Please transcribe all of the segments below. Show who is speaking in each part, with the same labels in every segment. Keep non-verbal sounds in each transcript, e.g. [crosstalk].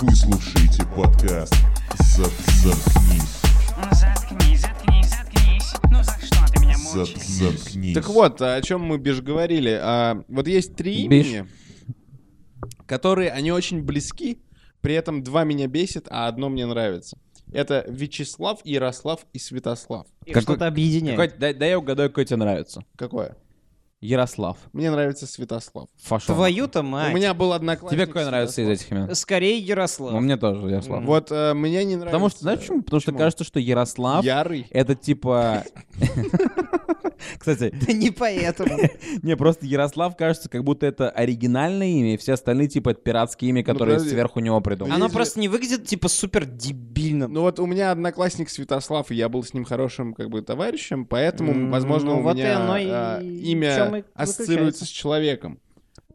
Speaker 1: Вы слушаете подкаст «Зап- «Заткнись».
Speaker 2: Ну заткнись, заткнись, заткнись. Ну за что ты меня
Speaker 1: «Зап-
Speaker 2: мучаешь?
Speaker 1: «Заткнись».
Speaker 3: Так вот, а о чем мы бишь говорили. А, вот есть три
Speaker 4: Бишь.
Speaker 3: имени, которые, они очень близки, при этом два меня бесит, а одно мне нравится. Это Вячеслав, Ярослав и Святослав.
Speaker 4: Какой-
Speaker 5: Что-то объединяет.
Speaker 4: Какой- дай, дай я угадаю, какой тебе нравится.
Speaker 3: Какое?
Speaker 4: Ярослав.
Speaker 3: Мне нравится Святослав.
Speaker 4: Фашон.
Speaker 5: Твою-то мать.
Speaker 3: У меня был одноклассник.
Speaker 4: Тебе какой нравится из
Speaker 3: Святослав.
Speaker 4: этих имен?
Speaker 5: Скорее
Speaker 4: Ну,
Speaker 5: Ярослав.
Speaker 4: мне тоже Ярослав.
Speaker 3: Вот э, мне не нравится.
Speaker 4: Потому что, знаешь почему? Потому что
Speaker 3: Почему?
Speaker 4: кажется, что Ярослав
Speaker 3: Ярый.
Speaker 4: это типа... [laughs] Кстати,
Speaker 5: [laughs] Да не поэтому.
Speaker 4: не, просто Ярослав кажется, как будто это оригинальное имя, и все остальные типа это пиратские имя, которые
Speaker 3: Ну, подожди.
Speaker 4: сверху него придумали.
Speaker 5: Оно
Speaker 3: Если-
Speaker 5: просто не выглядит типа супер дебильным.
Speaker 3: Ну вот у меня одноклассник Святослав, и я был с ним хорошим как бы товарищем, поэтому,
Speaker 5: М,
Speaker 3: возможно,
Speaker 5: ну
Speaker 3: у
Speaker 5: вот и
Speaker 3: меня
Speaker 5: оно и
Speaker 3: а,
Speaker 5: в чём и
Speaker 3: имя ассоциируется
Speaker 5: заключается.
Speaker 3: с человеком.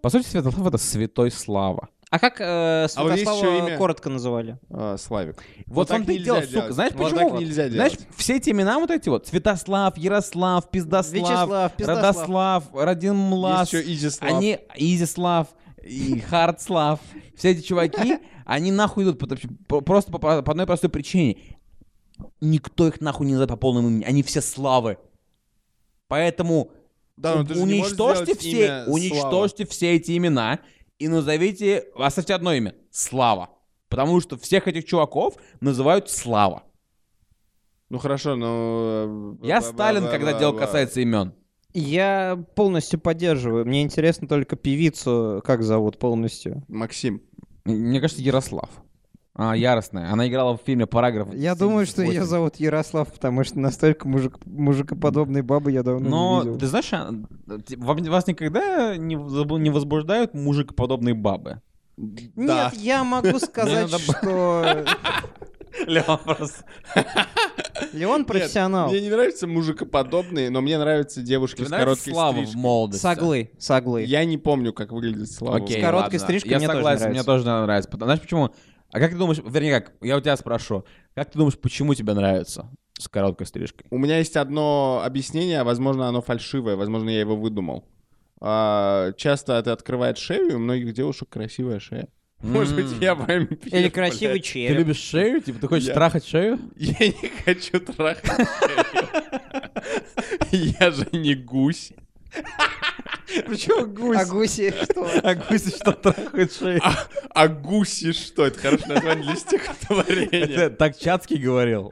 Speaker 4: По сути, Святослав — это святой слава.
Speaker 5: А как э,
Speaker 3: А вот есть
Speaker 5: Святослава
Speaker 3: ещё имя.
Speaker 5: коротко называли?
Speaker 3: А, Славик.
Speaker 4: Вот
Speaker 3: так
Speaker 4: он ты и
Speaker 3: нельзя
Speaker 4: дело, сука.
Speaker 3: делать.
Speaker 4: Знаешь,
Speaker 3: Вот
Speaker 4: почему?
Speaker 3: так нельзя
Speaker 4: Знаешь,
Speaker 3: делать.
Speaker 4: все эти имена вот эти вот, Святослав, Ярослав, Пиздослав,
Speaker 5: Вячеслав, Пиздослав.
Speaker 4: Радослав, Радимлас,
Speaker 3: Есть еще Изяслав.
Speaker 4: Они Изислав и Хардслав, все эти чуваки, они нахуй идут потому что- по- просто по, по одной простой причине. Никто их нахуй не называет по полному имени. Они все славы. Поэтому
Speaker 3: Да, но ты же не можешь
Speaker 4: уничтожьте
Speaker 3: сделать
Speaker 4: все,
Speaker 3: имя
Speaker 4: уничтожьте все эти имена и назовите, оставьте одно имя. Слава. Потому что всех этих чуваков называют Слава.
Speaker 3: Ну хорошо, но... э, ба-
Speaker 4: Я
Speaker 3: ба-
Speaker 4: Сталин,
Speaker 3: ба-
Speaker 4: когда
Speaker 3: ба-
Speaker 4: дело
Speaker 3: ба-
Speaker 4: касается имен.
Speaker 5: Я полностью поддерживаю. Мне интересно только певицу, как зовут полностью.
Speaker 3: Максим.
Speaker 4: Мне кажется, Ярослав. А, яростная. Она играла в фильме «Параграф».
Speaker 5: Я думаю, что ее
Speaker 4: 78.
Speaker 5: зовут Ярослав, потому что настолько мужик, мужикоподобной бабы я давно
Speaker 4: Но
Speaker 5: не видел.
Speaker 4: ты знаешь, а, ти- вам- вас никогда не, возбу- не возбуждают мужикоподобные бабы?
Speaker 3: Да.
Speaker 5: Нет, я могу сказать,
Speaker 4: надо бы-
Speaker 5: что
Speaker 4: Лёва просто...
Speaker 5: Леон профессионал.
Speaker 3: Мне не нравятся мужикоподобные, но мне нравятся девушки
Speaker 4: Тебе
Speaker 3: с
Speaker 4: нравится
Speaker 3: короткой
Speaker 4: слава в
Speaker 3: стрижкой.
Speaker 4: молодости?
Speaker 5: Соглы, соглы.
Speaker 3: Я не помню, как выглядит слава.
Speaker 4: Окей,
Speaker 5: С
Speaker 4: ладно.
Speaker 5: короткой стрижкой
Speaker 4: Я
Speaker 5: мне тоже
Speaker 4: согласен, мне
Speaker 5: нравится.
Speaker 4: тоже она нравится. Потому- Знаешь почему? А как ты думаешь, вернее как, я у тебя спрошу, как ты думаешь, почему тебе нравится с короткой стрижкой?
Speaker 3: У меня есть одно объяснение, а, возможно, оно фальшивое, возможно, я его выдумал. А, часто ты открывает шею, и у многих девушек красивая шея. Может быть, я вами
Speaker 5: Или красивый
Speaker 4: Ты
Speaker 5: череп.
Speaker 4: любишь шею? Типа ты хочешь
Speaker 3: Я-
Speaker 4: трахать шею?
Speaker 3: Я не хочу трахать шею. Я же не гусь.
Speaker 4: Почему
Speaker 5: А
Speaker 4: гусь?
Speaker 5: гуси что?
Speaker 4: А гуси что трахает шею?
Speaker 3: А, а гуси что? Это хорошее название для стихотворения.
Speaker 4: Это так Чацкий говорил.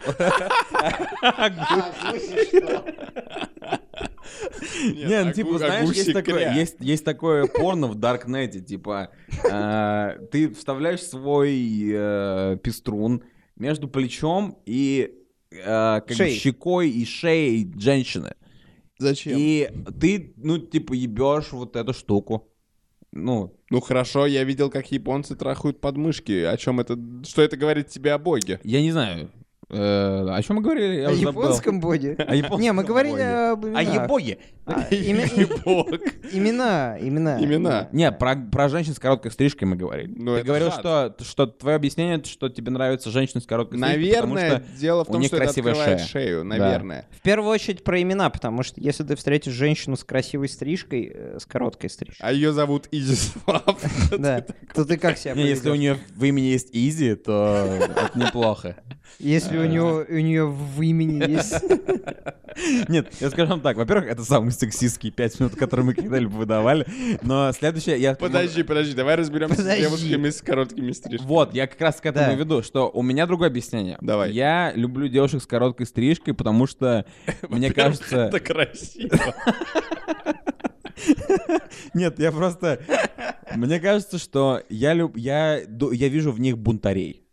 Speaker 4: Не, ну,
Speaker 3: а
Speaker 4: типа,
Speaker 3: гу- а
Speaker 4: знаешь, есть
Speaker 3: гуси
Speaker 4: такое,
Speaker 3: кря.
Speaker 4: есть, есть такое порно в Даркнете, типа, э, ты вставляешь свой э, пеструн между плечом и э, как бы
Speaker 5: Шеей.
Speaker 4: щекой и шеей женщины.
Speaker 3: Зачем?
Speaker 4: И ты, ну, типа, ебешь вот эту штуку. Ну,
Speaker 3: Ну хорошо, я видел, как японцы трахают подмышки. О чем это? Что это говорит тебе о
Speaker 4: [laughs]
Speaker 3: боге?
Speaker 4: я не знаю, э, о чем мы говорили, я
Speaker 5: О
Speaker 4: уже забыл. [laughs]
Speaker 5: японском боди.
Speaker 4: О японском
Speaker 5: Не, мы говорили
Speaker 4: боге.
Speaker 5: об
Speaker 4: О
Speaker 5: именах.
Speaker 4: ебоге.
Speaker 5: А,
Speaker 4: [laughs]
Speaker 5: име-
Speaker 3: Бог.
Speaker 5: Имена, имена.
Speaker 3: Имена.
Speaker 4: Не, про, про женщин с короткой стрижкой мы говорили.
Speaker 3: Ну,
Speaker 4: Ты
Speaker 3: это
Speaker 4: говорил,
Speaker 3: жад.
Speaker 4: что, что твое объяснение, что тебе нравится женщина с короткой стрижкой, потому
Speaker 3: Наверное,
Speaker 4: что
Speaker 3: дело в
Speaker 4: у
Speaker 3: том,
Speaker 4: них
Speaker 3: что это
Speaker 4: красивая
Speaker 3: открывает
Speaker 4: шея.
Speaker 3: шею.
Speaker 4: Да.
Speaker 3: Наверное.
Speaker 5: В первую очередь про имена, потому что если ты встретишь женщину с красивой стрижкой, э, с короткой стрижкой,
Speaker 3: А ее зовут
Speaker 4: [laughs]
Speaker 3: Изислав.
Speaker 5: да, то ты как себя
Speaker 4: А Не, если у
Speaker 5: поведёшь?
Speaker 4: нее в имени есть Изи, то это
Speaker 5: [laughs]
Speaker 4: неплохо.
Speaker 5: Если у нее у нее в имени есть...
Speaker 4: Нет, я скажу вам так. Во-первых, это самые сексистские пять минут, которые мы когда-либо выдавали. Но следующее... я
Speaker 3: Подожди, подожди, давай разберемся с
Speaker 5: Подожди.
Speaker 3: девушками с короткими стрижками.
Speaker 4: Вот, я как раз к этому
Speaker 5: Да.
Speaker 4: и веду, что у меня другое объяснение.
Speaker 3: Давай.
Speaker 4: Я люблю девушек с короткой стрижкой, потому что,
Speaker 3: [laughs]
Speaker 4: мне кажется...
Speaker 3: Это красиво.
Speaker 4: Нет, я просто... Мне кажется, что я люб... я ду- я вижу в них бунтарей.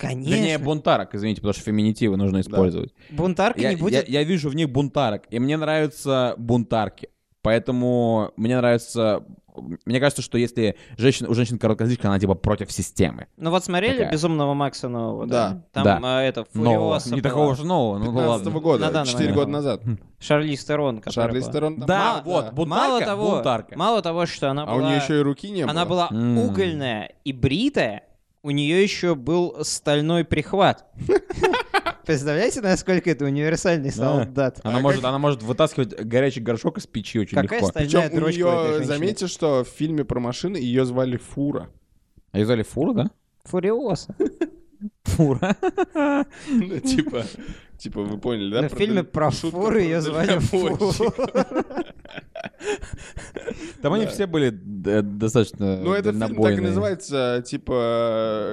Speaker 4: Вернее,
Speaker 5: Конечно.
Speaker 4: бунтарок, извините, потому что феминитивы нужно использовать.
Speaker 5: Бунтарка
Speaker 4: Я,
Speaker 5: не
Speaker 4: я-
Speaker 5: будет.
Speaker 4: я вижу в них бунтарок, и мне нравятся бунтарки. Поэтому мне нравится... Мне кажется, что если женщина, у женщин короткая стрижка, она типа против системы.
Speaker 5: Ну вот смотрели
Speaker 4: такая.
Speaker 5: «Безумного Макса» нового, да?
Speaker 4: Да.
Speaker 5: Там
Speaker 4: Да.
Speaker 5: а, это,
Speaker 4: Нового.
Speaker 5: Фуриоса
Speaker 4: Не
Speaker 5: была.
Speaker 4: такого же нового, ну [laughs] ладно.
Speaker 3: 15
Speaker 5: На
Speaker 3: года,
Speaker 5: данный
Speaker 3: 4
Speaker 5: момент.
Speaker 3: года назад.
Speaker 5: Шарлиз Терон, которая
Speaker 3: Шарли
Speaker 5: была.
Speaker 3: Стерон там
Speaker 4: Да,
Speaker 3: была.
Speaker 4: вот, бунтарка,
Speaker 5: Мало того,
Speaker 4: бунтарка.
Speaker 5: мало того, что она
Speaker 3: А у
Speaker 5: была...
Speaker 3: нее еще и руки не было.
Speaker 5: Она была
Speaker 4: М.
Speaker 5: угольная и бритая, у нее еще был стальной прихват. [laughs] Представляете, насколько это универсальный
Speaker 4: Да.
Speaker 5: солдат?
Speaker 4: Она,
Speaker 3: А
Speaker 4: может, она может вытаскивать горячий горшок из печи очень
Speaker 5: Какая
Speaker 4: легко.
Speaker 5: стальная
Speaker 3: Причем у э,
Speaker 5: дрочка у этой
Speaker 3: нее,
Speaker 5: женщины?
Speaker 3: заметьте, что в фильме про машины ее звали Фура. [laughs]
Speaker 4: А ее звали Фура, да? [laughs]
Speaker 5: Фуриоса.
Speaker 4: Фура.
Speaker 3: Ну, Типа, типа, вы поняли, да?
Speaker 5: Но в фильме
Speaker 3: дел-
Speaker 5: про
Speaker 3: шутку
Speaker 5: фуру
Speaker 3: про
Speaker 5: ее звали
Speaker 3: дальнобойщика.
Speaker 5: Фуру.
Speaker 4: [laughs] Там они все были д- достаточно
Speaker 3: Ну, этот фильм так и
Speaker 4: дальнобойные.
Speaker 3: называется, типа... э,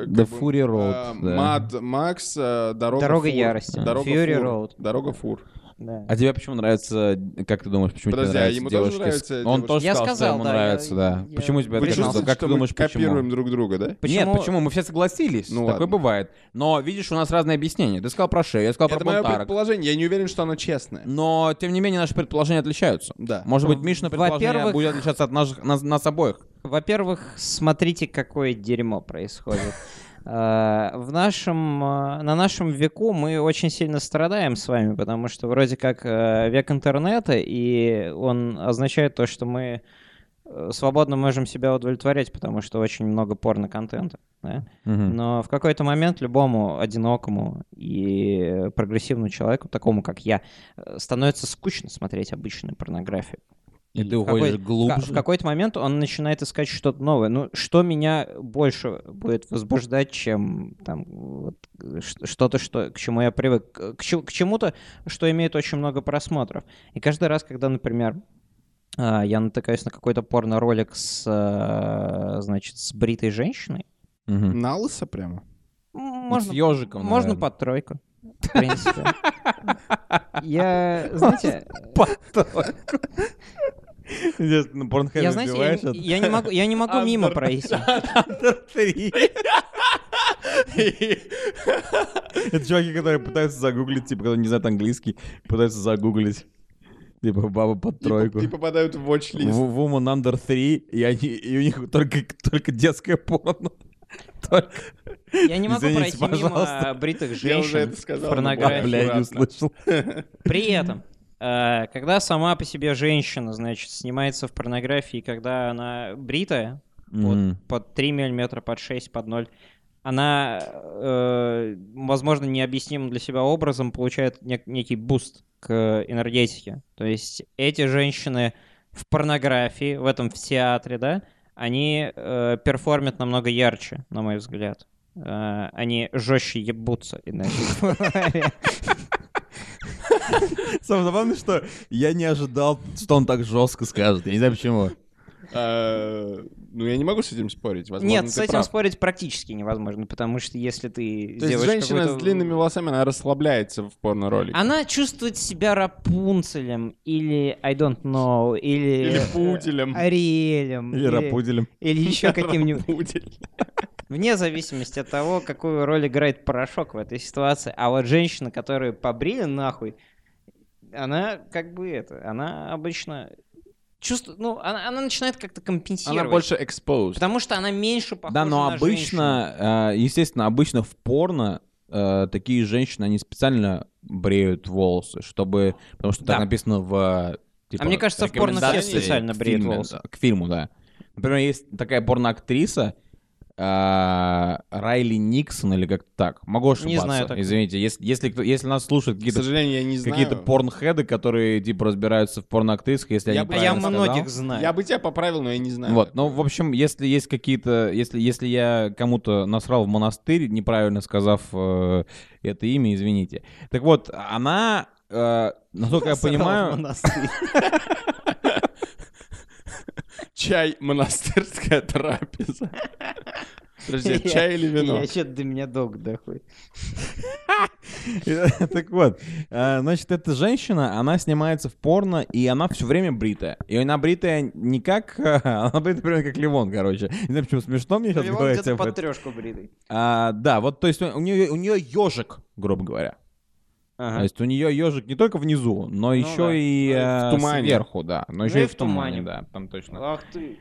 Speaker 4: The
Speaker 3: как бы,
Speaker 4: Fury Road,
Speaker 3: э,
Speaker 4: да.
Speaker 3: Мад Макс, э, Дорога
Speaker 5: Дорога
Speaker 3: фур.
Speaker 5: ярости.
Speaker 3: Дорога
Speaker 5: Fury
Speaker 3: фур.
Speaker 5: Road.
Speaker 3: Дорога фур.
Speaker 5: Да.
Speaker 4: А тебе почему нравится, как ты думаешь, почему
Speaker 3: Подожди, а
Speaker 4: тебе
Speaker 3: ему
Speaker 4: нравятся
Speaker 3: тоже
Speaker 4: девушки? с-
Speaker 3: нравятся
Speaker 4: Он
Speaker 3: девушки?
Speaker 4: тоже
Speaker 5: Я
Speaker 4: сказал,
Speaker 5: сказал,
Speaker 4: что ему
Speaker 5: да, я-
Speaker 4: нравится, да.
Speaker 5: я-
Speaker 4: Почему тебя
Speaker 5: Вы
Speaker 3: Вы
Speaker 4: это
Speaker 5: чувствуете,
Speaker 4: нравится?
Speaker 3: чувствуете,
Speaker 4: Как
Speaker 3: что
Speaker 4: ты
Speaker 3: мы
Speaker 4: думаешь,
Speaker 3: копируем
Speaker 4: почему?
Speaker 3: друг друга, да?
Speaker 4: Нет, почему? Мы все согласились.
Speaker 3: Ну
Speaker 4: Такое
Speaker 3: ладно.
Speaker 4: бывает. Но, видишь, у нас разные объяснения. Ты сказал про шею, я сказал
Speaker 3: Это
Speaker 4: про
Speaker 3: мое
Speaker 4: полтарок.
Speaker 3: предположение, я не уверен, что оно честное.
Speaker 4: Но, тем не менее, наши предположения отличаются.
Speaker 3: Да.
Speaker 4: Может быть, Мишина предположение
Speaker 5: Во-первых-
Speaker 4: будет отличаться от наших, нас, нас обоих.
Speaker 5: Во-первых, смотрите, какое дерьмо происходит. Э, В нашем, э, на нашем веку мы очень сильно страдаем с вами, потому что вроде как э, век интернета, и он означает то, что мы э, свободно можем себя удовлетворять, потому что очень много порно-контента. да? Но в какой-то момент любому одинокому и прогрессивному человеку, такому как я, э, становится скучно смотреть обычную порнографию.
Speaker 4: И ты
Speaker 5: в
Speaker 4: уходишь
Speaker 5: какой-
Speaker 4: глубже.
Speaker 5: В какой-то момент он начинает искать что-то новое. Ну, что меня больше будет возбуждать, чем там вот, э, ш- что-то, что, к чему я привык, к, к чему- к чему-то, что имеет очень много просмотров. И каждый раз, когда, например, а, я натыкаюсь на какой-то порно-ролик с, а, значит, с бритой женщиной,
Speaker 4: Мгм.
Speaker 3: На лысо прямо? Типа,
Speaker 4: Вот
Speaker 5: м, Ну, можно
Speaker 4: С ежиком,
Speaker 5: можно [laughs]
Speaker 4: наверное.
Speaker 5: под тройку.
Speaker 4: [laughs]
Speaker 5: В принципе. Я, знаете,
Speaker 4: Здесь на Pornhub
Speaker 5: я, знаете, я
Speaker 4: вбиваешь
Speaker 5: не- я не могу, я не могу
Speaker 4: Андер.
Speaker 5: мимо пройти.
Speaker 4: это. Это чуваки, которые пытаются загуглить, типа, которые не знают английский, пытаются загуглить. Типа баба под тройку.
Speaker 3: И попадают в
Speaker 4: В-
Speaker 3: watch-лист.
Speaker 4: Woman under 3, и, они, и у них только, только детское порно. Только.
Speaker 5: Я не могу
Speaker 4: Извините,
Speaker 5: пройти мимо
Speaker 4: пожалуйста.
Speaker 5: бритых
Speaker 3: Я уже
Speaker 5: женщин
Speaker 3: это
Speaker 5: в
Speaker 3: сказал,
Speaker 4: А,
Speaker 5: порнографии.
Speaker 3: ну,
Speaker 4: бля, я не
Speaker 3: аккуратно.
Speaker 4: услышал.
Speaker 5: При этом, э, когда сама по себе женщина, значит, снимается в порнографии, когда она бритая, вот,
Speaker 4: Мгм.
Speaker 5: под 3 миллиметра, под 6, под 0. Она, э, возможно, необъяснимым для себя образом получает нек- некий буст к энергетике. То есть эти женщины в порнографии, в этом в театре, да, они э, перформят намного ярче, на мой взгляд. Э, они жестче ебутся, иначе говоря.
Speaker 4: Самое забавное, что я не ожидал, что он так жестко скажет. Я не знаю почему.
Speaker 3: Э, Ну, я не могу с этим спорить. Возможно,
Speaker 5: Нет,
Speaker 3: ты
Speaker 5: с этим
Speaker 3: прав.
Speaker 5: спорить практически невозможно, потому что если ты
Speaker 3: То есть
Speaker 5: сделаешь
Speaker 3: женщина с
Speaker 5: какую-то-
Speaker 3: длинными волосами, она расслабляется в порно-ролике.
Speaker 5: Она чувствует себя Рапунцелем или I don't know, или...
Speaker 3: Или пуделем.
Speaker 5: э, Ариэлем.
Speaker 4: Или рапуделем.
Speaker 5: Или еще каким-нибудь.
Speaker 3: Пудель.
Speaker 5: Вне зависимости от того, какую роль играет порошок в этой ситуации. А вот женщина, которую побрили нахуй, она как бы это, она обычно чувствует, ну, она, она начинает как-то компенсировать.
Speaker 3: Она больше exposed.
Speaker 5: Потому что она меньше похожа
Speaker 4: Да, но
Speaker 5: на женщину.
Speaker 4: обычно, э, естественно, обычно в порно э, такие женщины, они специально бреют волосы, чтобы... Потому что так
Speaker 5: Да. А
Speaker 4: написано в... э, типа,
Speaker 5: мне кажется, в порно все
Speaker 4: рекомендации
Speaker 5: специально
Speaker 4: к
Speaker 5: бреют
Speaker 4: фильме,
Speaker 5: волосы.
Speaker 4: да, К фильму, да. Например, есть такая порноактриса, э, Райли Никсон или как-то так. Могу ошибаться.
Speaker 5: Не знаю такого.
Speaker 4: Извините, если, если, кто- если нас слушают
Speaker 3: К
Speaker 4: какие-то
Speaker 3: сожалению, я не знаю.
Speaker 4: какие-то порнхеды, которые типа разбираются в порноактрисах, если
Speaker 3: Я
Speaker 4: я, не
Speaker 3: бы-
Speaker 5: А я
Speaker 4: правильно сказал.
Speaker 5: многих знаю.
Speaker 3: Я бы тебя поправил, но я не знаю.
Speaker 4: Вот, ну, в общем, если есть какие-то, если, если я кому-то насрал в монастырь, неправильно сказав э, это имя, извините. Так вот, она, э, насколько я
Speaker 5: Срал в
Speaker 4: понимаю,
Speaker 5: монастырь.
Speaker 3: Чай, монастырская трапеза. Подожди,
Speaker 5: Я-
Speaker 3: чай или вино?
Speaker 5: [laughs] Я что-то до меня долго доходит.
Speaker 4: [laughs] так вот, э, значит, эта женщина, она снимается в порно, и она все время бритая. И она бритая не как, [laughs] э, она бритая примерно как Ливон, короче. Не знаю, почему смешно мне сейчас
Speaker 5: Левон
Speaker 4: говорить
Speaker 5: где-то
Speaker 4: об
Speaker 5: под
Speaker 4: этом.
Speaker 5: трешку бритый.
Speaker 4: А, да, вот, то есть у нее, у нее ежик, грубо говоря. То есть у нее ежик не только внизу, но еще
Speaker 5: да.
Speaker 4: и
Speaker 3: Ну и в
Speaker 4: э,
Speaker 3: тумане.
Speaker 4: сверху, да. Но
Speaker 5: Ну
Speaker 4: еще
Speaker 5: и
Speaker 4: и в
Speaker 5: в тумане.
Speaker 4: тумане, да, там точно.
Speaker 5: Ах ты.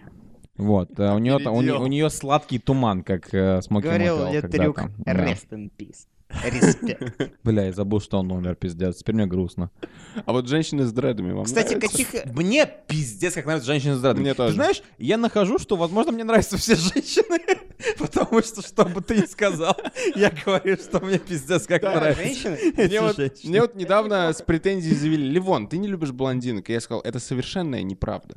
Speaker 4: Вот, э, у нее у,
Speaker 3: Передел.
Speaker 4: нее сладкий туман, как э, Смоки
Speaker 5: Говорил
Speaker 4: Мотел
Speaker 5: ли
Speaker 4: когда-то.
Speaker 5: трюк
Speaker 4: Да.
Speaker 5: Rest in peace.
Speaker 4: [laughs]
Speaker 5: Респект.
Speaker 4: Бля, я забыл, что он умер, пиздец. Теперь мне грустно.
Speaker 3: А вот женщины с дредами вам
Speaker 5: Кстати,
Speaker 3: нравятся?
Speaker 5: каких... а,
Speaker 4: Мне пиздец, как нравятся женщины с дредами.
Speaker 3: Мне
Speaker 4: ты
Speaker 3: тоже.
Speaker 4: знаешь, я нахожу, что, возможно, мне нравятся все [laughs] женщины, потому что, что бы ты ни сказал, я говорю, что мне пиздец как
Speaker 3: Да,
Speaker 4: [laughs] нравится.
Speaker 5: Женщины?
Speaker 3: [laughs] Мне вот, мне вот недавно с претензией заявили, Ливон, ты не любишь блондинок. И я сказал, это совершенная неправда.